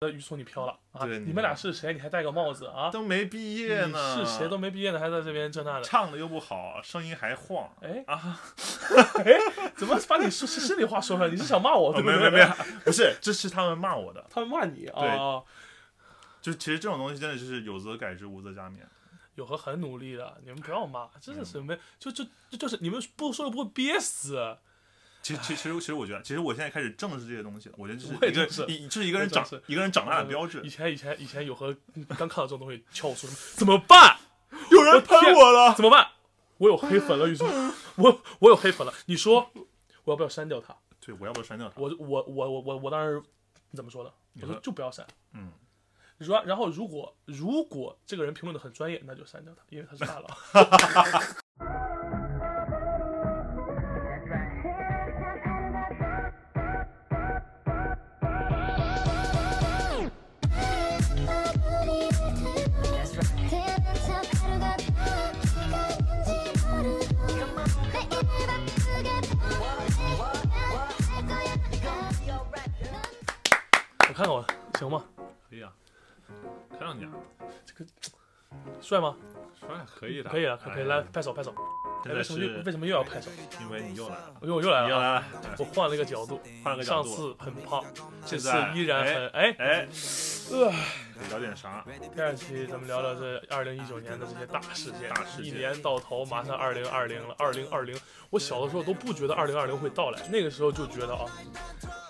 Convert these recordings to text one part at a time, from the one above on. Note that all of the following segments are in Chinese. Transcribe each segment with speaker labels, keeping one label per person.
Speaker 1: 那于松你飘了啊！
Speaker 2: 对
Speaker 1: 你们俩是谁？你还戴个帽子啊？
Speaker 2: 都没毕业
Speaker 1: 你
Speaker 2: 呢，
Speaker 1: 是谁都没毕业呢，还在这边这那的。
Speaker 2: 唱的又不好，声音还晃。
Speaker 1: 哎
Speaker 2: 啊，
Speaker 1: 哎，怎么把你说是心里话说出来？你是想骂我
Speaker 2: 哦，
Speaker 1: 对不
Speaker 2: 没
Speaker 1: 对？
Speaker 2: 有没有没有，， 不是，这是他们骂我的。
Speaker 1: 他们骂你
Speaker 2: 对
Speaker 1: 啊！
Speaker 2: 就其实这种东西真的就是有则改之，无则加勉。
Speaker 1: 有何很努力的，你们不要骂，真的是
Speaker 2: 嗯
Speaker 1: 没就就就就是你们不说又不会憋死。
Speaker 2: 其实其实其实其实我觉得，其实我现在开始正视这些东西了。我觉得这是
Speaker 1: 我也
Speaker 2: 一个
Speaker 1: 正视
Speaker 2: 一就是一个人
Speaker 1: 我正
Speaker 2: 长
Speaker 1: 视
Speaker 2: 一个人长大的标志
Speaker 1: 嗯以。前以前以前有何刚看到这种东西，敲我说什么怎么办？
Speaker 2: 有人
Speaker 1: 我
Speaker 2: 喷
Speaker 1: 天
Speaker 2: 我了，
Speaker 1: 怎么办？我有黑粉了， 宇宙，我我有黑粉了。你说我要不要删掉他？
Speaker 2: 对，我要不要删掉他？
Speaker 1: 我我我我我我当时怎么说呢？
Speaker 2: 你
Speaker 1: 我
Speaker 2: 说
Speaker 1: 说就不要删。
Speaker 2: 嗯，
Speaker 1: 然然后如果如果这个人评论的很专业，那就删掉他，因为他是大佬。 我看看我行吗？
Speaker 2: 可以啊，看上你啊，
Speaker 1: 这个帅吗？
Speaker 2: 说还可以的
Speaker 1: 可以了，可以可以来拍手拍手。哎
Speaker 2: 真
Speaker 1: 为
Speaker 2: 的
Speaker 1: 什么又
Speaker 2: 是
Speaker 1: 为什么又要拍手？
Speaker 2: 因为你又来了，
Speaker 1: 我又我又来
Speaker 2: 你又
Speaker 1: 了啊，
Speaker 2: 来了，
Speaker 1: 我换了一个角度。
Speaker 2: 换了个角
Speaker 1: 上
Speaker 2: 度。
Speaker 1: 次很胖，这
Speaker 2: 现
Speaker 1: 次
Speaker 2: 在
Speaker 1: 依然很哎。
Speaker 2: 哎，
Speaker 1: 呃
Speaker 2: 得聊点啥？
Speaker 1: 第二期咱们聊聊这二零一九年的这些大事件，
Speaker 2: 大事件
Speaker 1: 一年到头，马上二零二零了，二零二零，我小的时候都不觉得二零二零会到来，那个时候就觉得啊，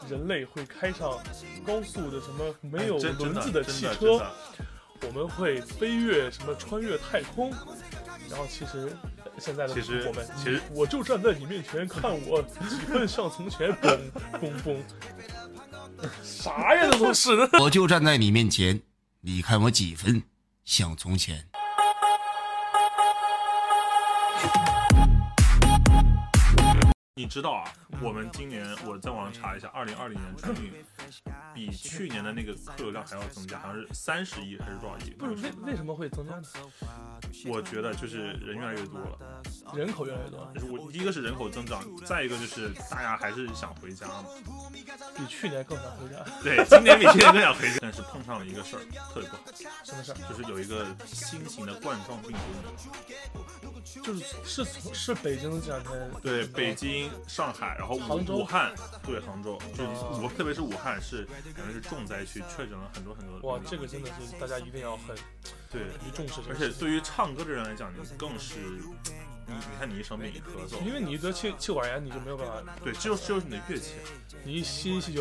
Speaker 1: 人类会开上高速的什么没有
Speaker 2: 哎真
Speaker 1: 轮子
Speaker 2: 真的
Speaker 1: 汽
Speaker 2: 真的真
Speaker 1: 车，
Speaker 2: 的
Speaker 1: 我们会飞越什么穿越太空，然后其实。呃现在的
Speaker 2: 其实
Speaker 1: 我们，
Speaker 2: 其实
Speaker 1: 我就站在你面前，看我几分像从前，嘣嘣嘣， 啥呀？这 都是
Speaker 3: 我就站在你面前，你看我几分像从前。
Speaker 2: 你知道啊，我们今年我在网上查一下，二零二零年春运比去年的那个客流量还要增加，好像是三十亿还是多少亿？
Speaker 1: 不是为为什么会增加呢？
Speaker 2: 我觉得就是人越来越多了。
Speaker 1: 人口越来越多，
Speaker 2: 我一个是人口增长，再一个就是大家还是想回家嘛。
Speaker 1: 比去年更想回家。
Speaker 2: 对，今年比去年更想回家，但是碰上了一个事儿，特别不好，
Speaker 1: 什么事儿？
Speaker 2: 就是有一个新型的冠状病毒，
Speaker 1: 就是是从是北京这两天
Speaker 2: 对，北京、上海，然后
Speaker 1: 杭州
Speaker 2: 武武汉，对，杭州，就是
Speaker 1: 哦
Speaker 2: 我特别是武汉是感觉是重灾区，确诊了很多很多的
Speaker 1: 哇，
Speaker 2: 病例
Speaker 1: 这个真的是大家一定要很
Speaker 2: 对。
Speaker 1: 去重视这
Speaker 2: 而
Speaker 1: 个
Speaker 2: 且
Speaker 1: 事情，
Speaker 2: 对于唱歌的人来讲，你更是，你你看你一生病一咳嗽，
Speaker 1: 因为你一得气气管炎，你就没有办法，
Speaker 2: 对，这就是这就是你的乐器，啊
Speaker 1: 你一吸一吸就，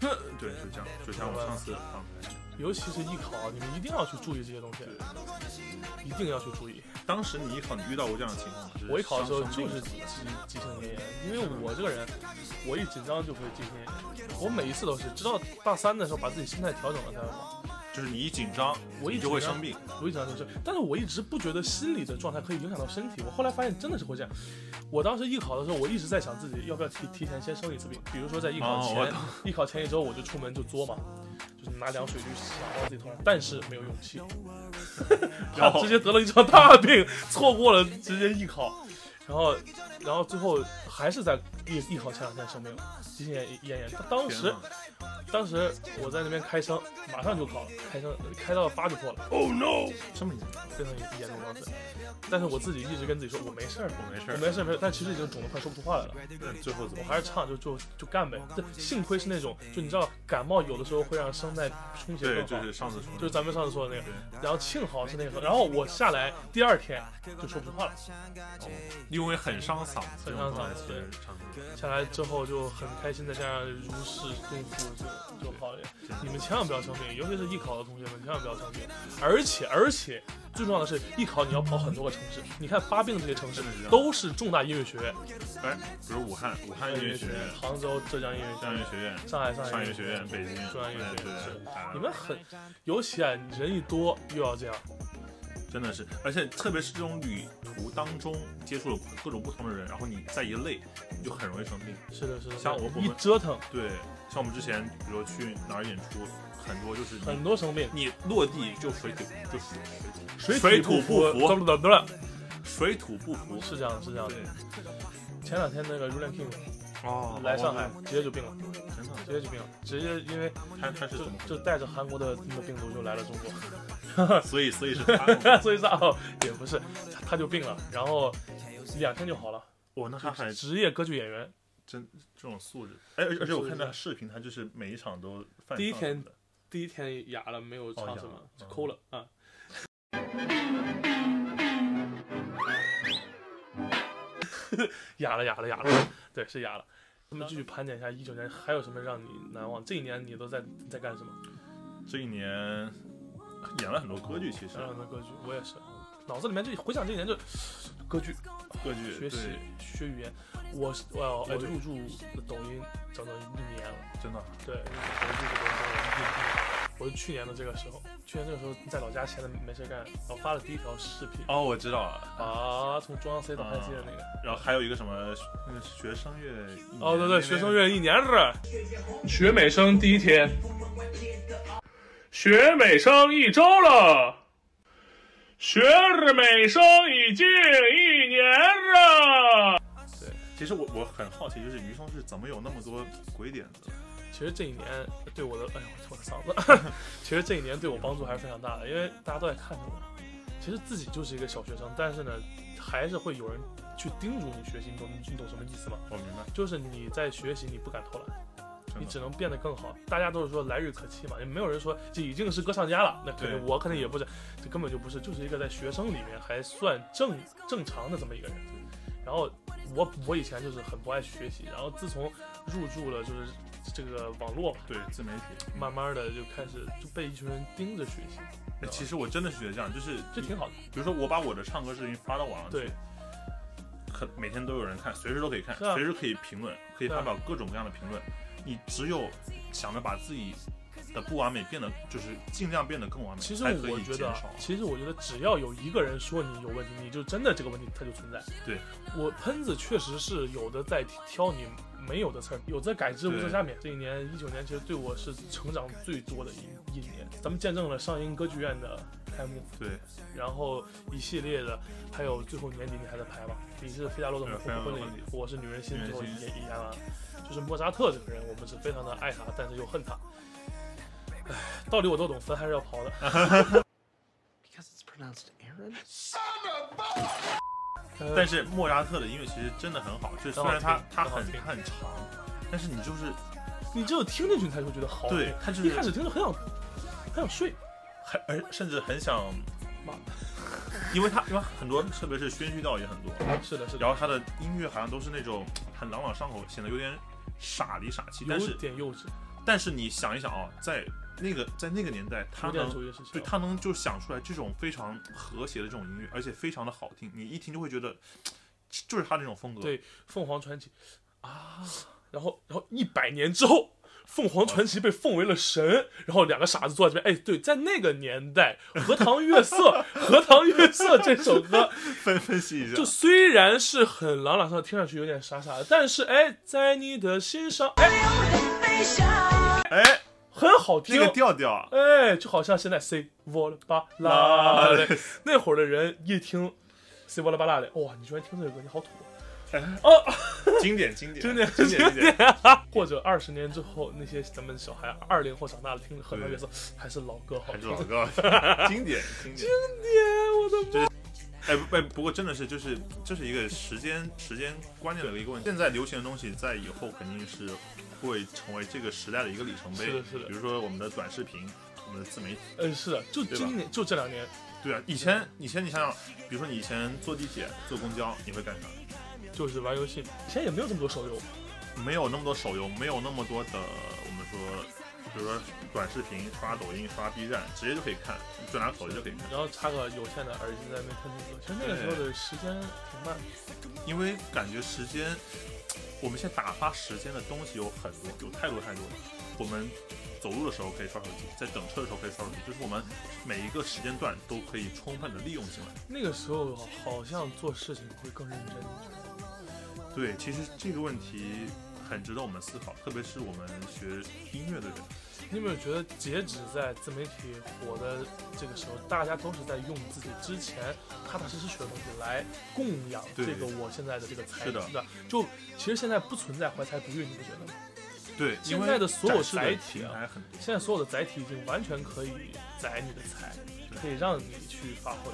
Speaker 2: 对，就这样，就像我上次放开，
Speaker 1: 尤其是艺考，啊你们一定要去注意这些东西，一定要去注意。
Speaker 2: 当时你一考，你遇到过这样的情况吗？就是
Speaker 1: 我一考的时候
Speaker 2: 伤
Speaker 1: 就是
Speaker 2: 生
Speaker 1: 急
Speaker 2: 病
Speaker 1: 急性咽炎，因为我这个人，我一紧张就会急性咽炎，我每一次都是，直到大三的时候把自己心态调整了才会好。
Speaker 2: 就是你一紧张，
Speaker 1: 我一
Speaker 2: 你就会
Speaker 1: 紧张
Speaker 2: 生病，
Speaker 1: 我一直想就是，但是我一直不觉得心理的状态可以影响到身体。我后来发现真的是会这样。我当时艺考的时候，我一直在想自己要不要提提前先生一次病，比如说在艺考
Speaker 2: 哦
Speaker 1: 前，
Speaker 2: 我
Speaker 1: 艺考前一周我就出门就作嘛，就是拿凉水去洒到自己头上，但是没有勇气，
Speaker 2: 哦
Speaker 1: 怕
Speaker 2: 然后
Speaker 1: 直接得了一场大病，错过了直接艺考，然后，然后最后还是在艺艺考前两天生病了，急性咽咽炎。当时
Speaker 2: 天哪
Speaker 1: 当时我在那边开声，马上就考了，开声开到八就过了。
Speaker 2: ，Oh no，这么严重，
Speaker 1: 非常严重当时，但是我自己一直跟自己说，我没事儿，
Speaker 2: 我没事
Speaker 1: 我
Speaker 2: 儿，
Speaker 1: 没事儿没事儿，但其实已经肿得快说不出话来了，
Speaker 2: 但最后怎
Speaker 1: 我
Speaker 2: 么
Speaker 1: 还是唱就就就干呗。这幸亏是那种，就你知道感冒有的时候会让声带充血
Speaker 2: 对，
Speaker 1: 更
Speaker 2: 就
Speaker 1: 好，
Speaker 2: 是上次说的，
Speaker 1: 就是咱们上次说的那个，然后幸好是那个，然后我下来第二天就说不出话了，
Speaker 2: 哦因为很伤嗓子，
Speaker 1: 很伤嗓子
Speaker 2: 这种状态其实唱歌
Speaker 1: 下来之后就很开心，再加上如释重负就就好了。你们千万不要生病，尤其是艺考的同学们，千万不要生病。而且而且最重要的是，艺考你要跑很多个城市，你看发病这些城市
Speaker 2: 真的是这样
Speaker 1: 都是重大音乐学院。
Speaker 2: 哎，比如武汉，武汉音乐学院、
Speaker 1: 杭州浙江音乐学
Speaker 2: 上
Speaker 1: 院
Speaker 2: 音乐学院、
Speaker 1: 上海上
Speaker 2: 上
Speaker 1: 海
Speaker 2: 音乐学院、北京
Speaker 1: 中央音乐学
Speaker 2: 对
Speaker 1: 院是
Speaker 2: 对，哎
Speaker 1: 你们很，尤其啊，人一多又要这样，
Speaker 2: 真的是，而且特别是这种旅途当中接触了各种不同的人，然后你再一累，你就很容易生病。
Speaker 1: 是的，是的，
Speaker 2: 像我我
Speaker 1: 一
Speaker 2: 们
Speaker 1: 折腾，
Speaker 2: 对，像我们之前比如去哪儿演出，很多就是
Speaker 1: 很
Speaker 2: 你
Speaker 1: 多生病，
Speaker 2: 你落地就水土就水
Speaker 1: 水
Speaker 2: 水
Speaker 1: 土
Speaker 2: 土
Speaker 1: 不
Speaker 2: 不
Speaker 1: 服，
Speaker 2: 服
Speaker 1: 怎么怎么了？
Speaker 2: 水土不服。
Speaker 1: 是这样，是这样的。
Speaker 2: 对，
Speaker 1: 前两天那个 Ruling King
Speaker 2: 哦
Speaker 1: 来上海直接就病了，
Speaker 2: 真的，
Speaker 1: 直接就病了，直接因为
Speaker 2: 他他是怎 么？
Speaker 1: 就就带着韩国的那个病毒就来了中国。
Speaker 2: 所以所以是他，
Speaker 1: 所以说哦，也不是，他他就病了，然后两天就好了。
Speaker 2: 我那他还这
Speaker 1: 职业歌剧演员，
Speaker 2: 种素质，哎，而而且我看他视频，他就是每一场都犯
Speaker 1: 第一天
Speaker 2: 的，
Speaker 1: 第一天哑了，没有
Speaker 2: 哦
Speaker 1: 唱
Speaker 2: 哑
Speaker 1: 什么
Speaker 2: 了，
Speaker 1: 就
Speaker 2: 嗯
Speaker 1: 抠了啊。 哑了，哑了，哑了， 对，是哑了。那么继续盘点一下一九年还有什么让你难忘？这一年你都在在干什么？
Speaker 2: 这一年演了很多歌剧，其实
Speaker 1: 什么歌剧？我也是，脑子里面就回想这一年就歌剧，
Speaker 2: 歌剧
Speaker 1: 学
Speaker 2: 对，
Speaker 1: 习学语言。我是我要哎
Speaker 2: 我
Speaker 1: 入驻抖音整整一年了。
Speaker 2: 真的
Speaker 1: 对，我就是这个我是去年的这个时候，去年这个时候在老家闲的没事干，然后发了第一条视频
Speaker 2: 哦，我知道了。
Speaker 1: 啊，从中央 C 到拍戏的那个，
Speaker 2: 然后还有一个什么那个学生乐，
Speaker 1: 哦对对，学生乐一年的，学美生第一天，学美生一周了，学美生已经一年了。
Speaker 2: 其实我我很好奇，就是于松是怎么有那么多鬼点子？
Speaker 1: 其实这一年对我的，哎呦，我的嗓子。 其实这一年对我帮助还是非常大的，因为大家都在看着我。其实自己就是一个小学生，但是呢，还是会有人去叮嘱你学习，你懂你懂什么意思吗？
Speaker 2: 我明白，
Speaker 1: 就是你在学习，你不敢偷懒，
Speaker 2: 真
Speaker 1: 你只
Speaker 2: 的
Speaker 1: 能变得更好。大家都是说来日可期嘛，也没有人说这已经是歌唱家了。那肯
Speaker 2: 对
Speaker 1: 定我肯定也不是，这根本就不是，就是一个在学生里面还算正正常的这么一个人。然后我我以前就是很不爱学习，然后自从入驻了就是这个网络吧，
Speaker 2: 对自媒体。
Speaker 1: 慢慢的就开始就被一群人盯着学习，
Speaker 2: 哎其实我真的是觉得这样，就是
Speaker 1: 这挺好的。
Speaker 2: 比如说我把我的唱歌视频发到网上去，
Speaker 1: 对，
Speaker 2: 可每天都有人看，随时都可以看，
Speaker 1: 是啊啊
Speaker 2: 随时可以评论，可以
Speaker 1: 对啊
Speaker 2: 发表各种各样的评论。你只有想着把自己的不完美变得，就是尽量变得更完美，
Speaker 1: 其实
Speaker 2: 才可
Speaker 1: 我
Speaker 2: 以
Speaker 1: 觉
Speaker 2: 减
Speaker 1: 得啊
Speaker 2: 少，。
Speaker 1: 其实我觉得只要有一个人说你有问题，你就真的这个问题它就存在。
Speaker 2: 对，
Speaker 1: 我喷子确实是有的在挑你没有的刺儿，有则改之，无
Speaker 2: 对
Speaker 1: 则加勉。这一年一九年其实对我是成长最多的一一年，咱们见证了上音歌剧院的开幕，
Speaker 2: 对，
Speaker 1: 然后一系列的，还有最后年底你还在排吧？你是费加罗的婚
Speaker 2: 对
Speaker 1: 婚
Speaker 2: 费加罗
Speaker 1: 礼
Speaker 2: 的婚礼，
Speaker 1: 我是女人心，
Speaker 2: 女人
Speaker 1: 最后也
Speaker 2: 心
Speaker 1: 也演完了。就是莫扎特这个人，我们是非常的爱他，但是又恨他。唉，道理我都懂，坟还是要刨的。
Speaker 4: Because it's pronounced Aaron?
Speaker 1: 呃
Speaker 2: 但是莫扎特的音乐其实真的很好，就是虽然它它
Speaker 1: 很好
Speaker 2: 很
Speaker 1: 听
Speaker 2: 它很长，但是你就是
Speaker 1: 你只有听进去，你才会觉得好听。
Speaker 2: 对它就
Speaker 1: 一开
Speaker 2: 是
Speaker 1: 始听着很想很想睡，
Speaker 2: 很而甚至 很想
Speaker 1: 妈，
Speaker 2: 因为它因为很多特别是宣叙调也很多，
Speaker 1: 是的，是的
Speaker 2: 然，后它的音乐好像都是那种很朗朗上口，显得有点傻里傻气，但
Speaker 1: 有
Speaker 2: 是
Speaker 1: 点幼稚，
Speaker 2: 但是你想一想啊，在那个在那个年代，他
Speaker 1: 古典主
Speaker 2: 能
Speaker 1: 义是
Speaker 2: 对他能就想出来这种非常和谐的这种音乐，而且非常的好听，你一听就会觉得就是他这种风格。
Speaker 1: 对凤凰传奇啊，然后然后一百年之后。凤凰传奇被奉为了神，然后两个傻子坐在这边。哎，对，在那个年代，《荷塘月色》 《荷塘月色》这首歌，
Speaker 2: 分分析一下
Speaker 1: 就，虽然是很朗朗上口，听上去有点傻傻的，但是哎，在你的心上，哎，
Speaker 2: 哎，
Speaker 1: 很好听。
Speaker 2: 这个调调啊，
Speaker 1: 哎，就好像现在 C 沃拉巴 拉嘞，那会儿的人一听 C 沃拉巴拉嘞，哇，你居然听这个歌，你好土啊
Speaker 2: 经典经典
Speaker 1: 经典
Speaker 2: 经典经典。
Speaker 1: 啊！ 或者二十年之后，那些咱们小孩二零后长大了听很多角色还是老歌好
Speaker 2: 还是
Speaker 1: 听。
Speaker 2: 老歌，经典经典。
Speaker 1: 我的妈！
Speaker 2: 哎不哎，不过真的是就是这是一个时间时间观念的一个问题。现在流行的东西，在以后肯定是会成为这个时代的一个里程碑。
Speaker 1: 是的是的
Speaker 2: 比如说我们的短视频，我们的自媒体。
Speaker 1: 嗯，是的，就
Speaker 2: 对吧
Speaker 1: 今年就这两年，
Speaker 2: 对啊，以前以前你想想，比如说你以前坐地铁、坐公交，你会干啥？
Speaker 1: 就是玩游戏，以前也没有这么多手游，
Speaker 2: 没有那么多手游，没有那么多的我们说，比如说短视频、刷抖音、刷 B 站，直接就可以看，你转拿手机就可以看。
Speaker 1: 然后插个有线的耳机在那边听听歌。其实那个时候的时间挺慢，
Speaker 2: 因为感觉时间，我们现在打发时间的东西有很多，有太多太多了。我们走路的时候可以刷手机，在等车的时候可以刷手机，就是我们每一个时间段都可以充分的利用起来。
Speaker 1: 那个时候好像做事情会更认真。
Speaker 2: 对，其实这个问题很值得我们思考，特别是我们学音乐的人，
Speaker 1: 你有没有觉得，截止在自媒体火的这个时候，大家都是在用自己之前踏踏实实学的东西来供养这
Speaker 2: 对
Speaker 1: 个我现在的这个才
Speaker 2: 是
Speaker 1: 艺
Speaker 2: 的
Speaker 1: 吧？就其实现在不存在怀才不遇，你不觉得吗？
Speaker 2: 对，
Speaker 1: 现
Speaker 2: 因为
Speaker 1: 在的所有
Speaker 2: 展示
Speaker 1: 载
Speaker 2: 的
Speaker 1: 体
Speaker 2: 平
Speaker 1: 啊
Speaker 2: 台很多，
Speaker 1: 现在所有的载体已经完全可以载你的才，可以让你去发挥。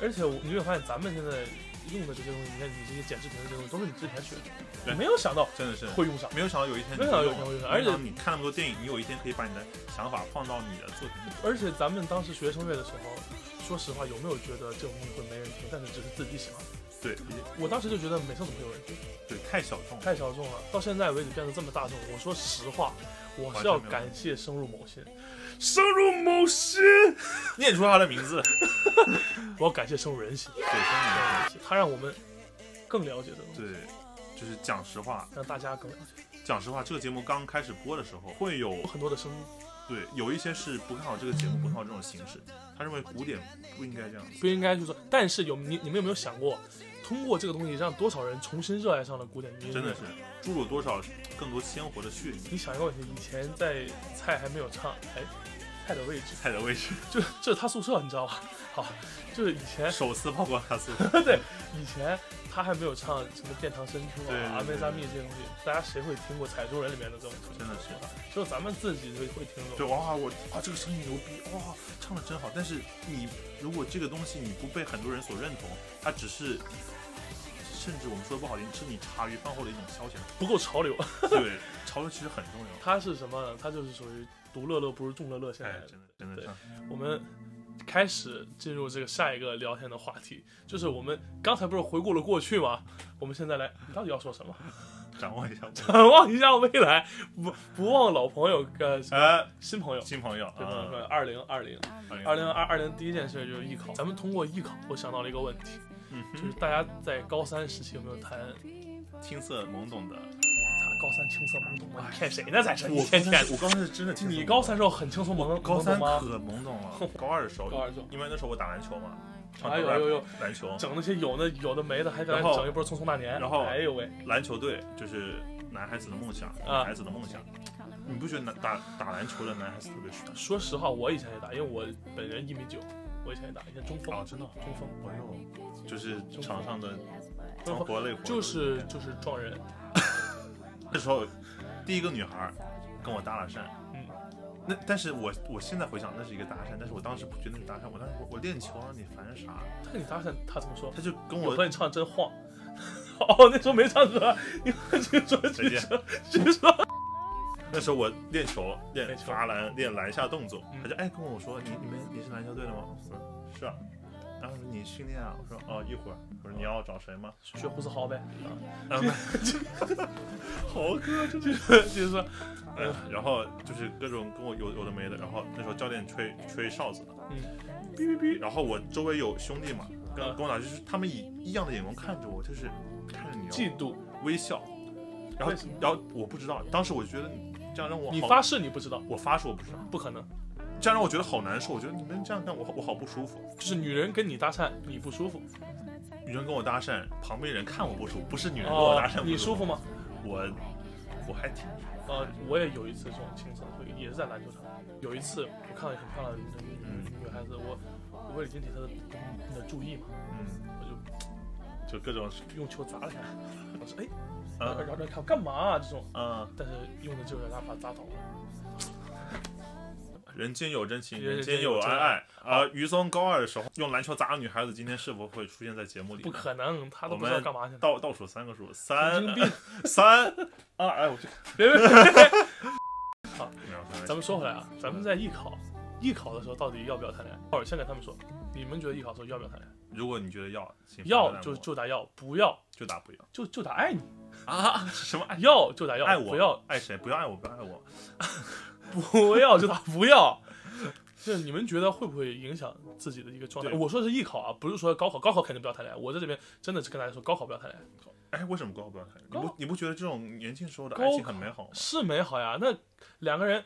Speaker 1: 而且我你会发现，咱们现在用的这些东西，你看你这些剪视频的这些东西，都是你之前学的，
Speaker 2: 对
Speaker 1: 没有想到
Speaker 2: 真的是
Speaker 1: 会用上。
Speaker 2: 没有想到有一天你
Speaker 1: 没有
Speaker 2: 会
Speaker 1: 想到有一天
Speaker 2: 用
Speaker 1: 会用
Speaker 2: 了，
Speaker 1: 上而且
Speaker 2: 没有想到你看那么多电影，你有一天可以把你的想法放到你的作品里。
Speaker 1: 而且咱们当时学声乐的时候，说实话，有没有觉得这种东西会没人听？但是只是自己喜欢。
Speaker 2: 对，
Speaker 1: 我当时就觉得美声怎么会有人听？
Speaker 2: 对，太小众了。
Speaker 1: 太小众了，到现在为止变得这么大众。我说实话，我是要感谢深入某心，深入某心，
Speaker 2: 念出他的名字，
Speaker 1: 我要感谢深入人心，
Speaker 2: 对，真
Speaker 1: 他让我们更了解这个东西，
Speaker 2: 的，对，就是讲实话，
Speaker 1: 让大家更了解。
Speaker 2: 讲实话，这个节目刚开始播的时候，会有
Speaker 1: 有很多的声音，
Speaker 2: 对有一些是不看好这个节目，不看好这种形式，他认为古典不应该这样子。
Speaker 1: 不应该去做。但是有你你们有没有想过，通过这个东西让多少人重新热爱上了古典音乐？
Speaker 2: 真的是注入多少更多鲜活的血液。
Speaker 1: 你想一个问题，以前在菜还没有唱，哎，菜的位置，
Speaker 2: 菜的位置，
Speaker 1: 就这是他宿舍，你知道吧？好，就是以前
Speaker 2: 首次曝光他自己，
Speaker 1: 对，以前他还没有唱什么《殿堂深处》
Speaker 2: 对
Speaker 1: 啊、《阿
Speaker 2: 对
Speaker 1: 妹萨密》这些东西，大家谁会听过《踩中人》里面的这种东西？
Speaker 2: 真的是，
Speaker 1: 只有咱们自己会会听这
Speaker 2: 对，
Speaker 1: 种。
Speaker 2: 哇，我啊这个声音牛逼，哇，唱的真好。但是你如果这个东西你不被很多人所认同，它只是，甚至我们说的不好听，是你茶余饭后的一种消遣。
Speaker 1: 不够潮流。
Speaker 2: 对，潮流其实很重要。
Speaker 1: 他是什么呢？他就是属于独乐乐不如众乐乐。现在
Speaker 2: 哎
Speaker 1: 的，
Speaker 2: 真的真的
Speaker 1: 对
Speaker 2: 是，
Speaker 1: 我们开始进入这个下一个聊天的话题，就是我们刚才不是回顾了过去吗？我们现在来，你到底要说什么？
Speaker 2: 展望一下我们。
Speaker 1: 展望一下未来，不不忘老朋友，呃，
Speaker 2: 呃，
Speaker 1: 新朋友。
Speaker 2: 新朋友
Speaker 1: 对吧？
Speaker 2: 啊，
Speaker 1: 二零二零，二零二二年第一件事就是艺考。咱们通过艺考，我想到了一个问题，
Speaker 2: 嗯
Speaker 1: 就
Speaker 2: 哼，
Speaker 1: 是大家在高三时期有没有谈？
Speaker 2: 青涩懵懂的，
Speaker 1: 他高三青涩懵懂吗？你骗谁呢？在这一
Speaker 2: 哎我
Speaker 1: 天天
Speaker 2: 我刚才是真的青涩懵
Speaker 1: 你
Speaker 2: 懂，
Speaker 1: 高三时候很轻松懵懂
Speaker 2: 高三
Speaker 1: 吗？
Speaker 2: 可懵懂 了，高二的时候，
Speaker 1: 高二的时候
Speaker 2: 因为那时候我打篮球嘛，唱
Speaker 1: 哎呦
Speaker 2: rap，
Speaker 1: 哎呦呦
Speaker 2: 篮球，
Speaker 1: 整那些有的有的没的，还敢
Speaker 2: 然后
Speaker 1: 整一波《匆匆那年》。
Speaker 2: 然后
Speaker 1: 哎呦喂，
Speaker 2: 篮球队就是男孩子的梦想，
Speaker 1: 啊
Speaker 2: 女孩子的梦想。你不觉得男打打篮球的男孩子特别帅？
Speaker 1: 说实话，我以前也打，因为我本人一米九，我以前也打，以前中锋
Speaker 2: 哦，真的，
Speaker 1: 中锋，
Speaker 2: 哎呦，就是场上的脏活累活。
Speaker 1: 就是就是撞人，
Speaker 2: 那时候，第一个女孩跟我搭了讪，
Speaker 1: 嗯，
Speaker 2: 那但是我我现在回想那是一个搭讪，但是我当时不觉得那是搭讪，我当时我我练球啊，你烦啥？
Speaker 1: 但你搭讪他怎么说？
Speaker 2: 他就跟
Speaker 1: 我
Speaker 2: 我
Speaker 1: 和你唱真晃。 哦，那时候没唱出来，你去说
Speaker 2: 再
Speaker 1: 去
Speaker 2: 见
Speaker 1: 说去说。
Speaker 2: 那时候我练球，练
Speaker 1: 练球
Speaker 2: 罚篮，练篮下动作
Speaker 1: 嗯，
Speaker 2: 他就哎跟我说你你们你是篮球队的吗？我说是啊，然后说你训练啊，我说哦一会儿，我说你要找谁吗？
Speaker 1: 学胡子豪呗，啊，
Speaker 2: 嗯，
Speaker 1: 豪哥就是就是说，
Speaker 2: 嗯，然后就是各种跟我有有的没的，然后那时候教练吹吹哨子，
Speaker 1: 嗯，
Speaker 2: 哔哔哔，然后我周围有兄弟嘛，跟
Speaker 1: 嗯
Speaker 2: 跟我打就是他们以异样的眼光看着我，就是看着你，哦
Speaker 1: 嫉妒。
Speaker 2: 微笑，然后
Speaker 1: 为什么
Speaker 2: 然后我不知道，当时我觉得你这样让我
Speaker 1: 你
Speaker 2: 好
Speaker 1: 发誓你不知道，
Speaker 2: 我发誓我不知道，
Speaker 1: 不可能。
Speaker 2: 这样让我觉得好难受，我觉得你们这样干我好我好不舒服。
Speaker 1: 就是女人跟你搭讪，你不舒服。
Speaker 2: 女人跟我搭讪，旁边人看我不舒服，不是女人跟嗯我
Speaker 1: 哦
Speaker 2: 搭讪、，
Speaker 1: 你舒服？吗？
Speaker 2: 我我还挺
Speaker 1: 呃，我也有一次这种情商会，也是在篮球场。有一次我看到一个很漂亮的女女女孩子，我我为了引起她的嗯的注意嘛，
Speaker 2: 嗯，
Speaker 1: 我就
Speaker 2: 就各种
Speaker 1: 用球砸了一下。我说哎，然后
Speaker 2: 嗯
Speaker 1: 然后看我干嘛啊这种，
Speaker 2: 嗯，
Speaker 1: 但是用的就是把她砸倒了。
Speaker 2: 人间有真情，
Speaker 1: 人
Speaker 2: 人
Speaker 1: 间
Speaker 2: 间
Speaker 1: 有
Speaker 2: 有
Speaker 1: 真
Speaker 2: 真爱。啊，于松高二的时候用篮球砸女孩子，今天是否会出现在节目里？
Speaker 1: 不可能，她
Speaker 2: 我
Speaker 1: 都不知道
Speaker 2: 们
Speaker 1: 干嘛去了。
Speaker 2: 倒倒数三个数，
Speaker 1: 神
Speaker 2: 三
Speaker 1: 经病！
Speaker 2: 三 二，哎，我去，
Speaker 1: 别别别！
Speaker 2: 没有开玩笑
Speaker 1: 咱们说回来啊，咱们在艺考，艺考的时候到底要不要谈恋爱？或者先给他们说，你们觉得艺考的时候要不要谈恋爱？
Speaker 2: 如果你觉得要，请发
Speaker 1: 要
Speaker 2: 弹幕
Speaker 1: 就就打要，不要
Speaker 2: 就 打不要
Speaker 1: 就就打爱你，
Speaker 2: 啊？什么爱
Speaker 1: 要就打要，
Speaker 2: 爱我
Speaker 1: 不要
Speaker 2: 爱谁？不要爱我，不要爱我。
Speaker 1: 不要就打不要。 就是你们觉得会不会影响自己的一个状态？
Speaker 2: 对
Speaker 1: 我说的是艺考啊，不是说高考，高考肯定不要谈恋爱。我在这边真的是跟大家说，高考不要谈恋爱，
Speaker 2: 哎，为什么高考不要谈？你
Speaker 1: 高
Speaker 2: 不你不觉得这种年轻时候的爱情很美好吗？
Speaker 1: 是美好呀。那两个人，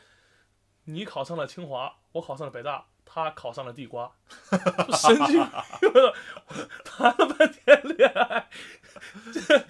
Speaker 1: 你考上了清华，我考上了北大，他考上了地瓜， 神经病！谈了半天恋爱，这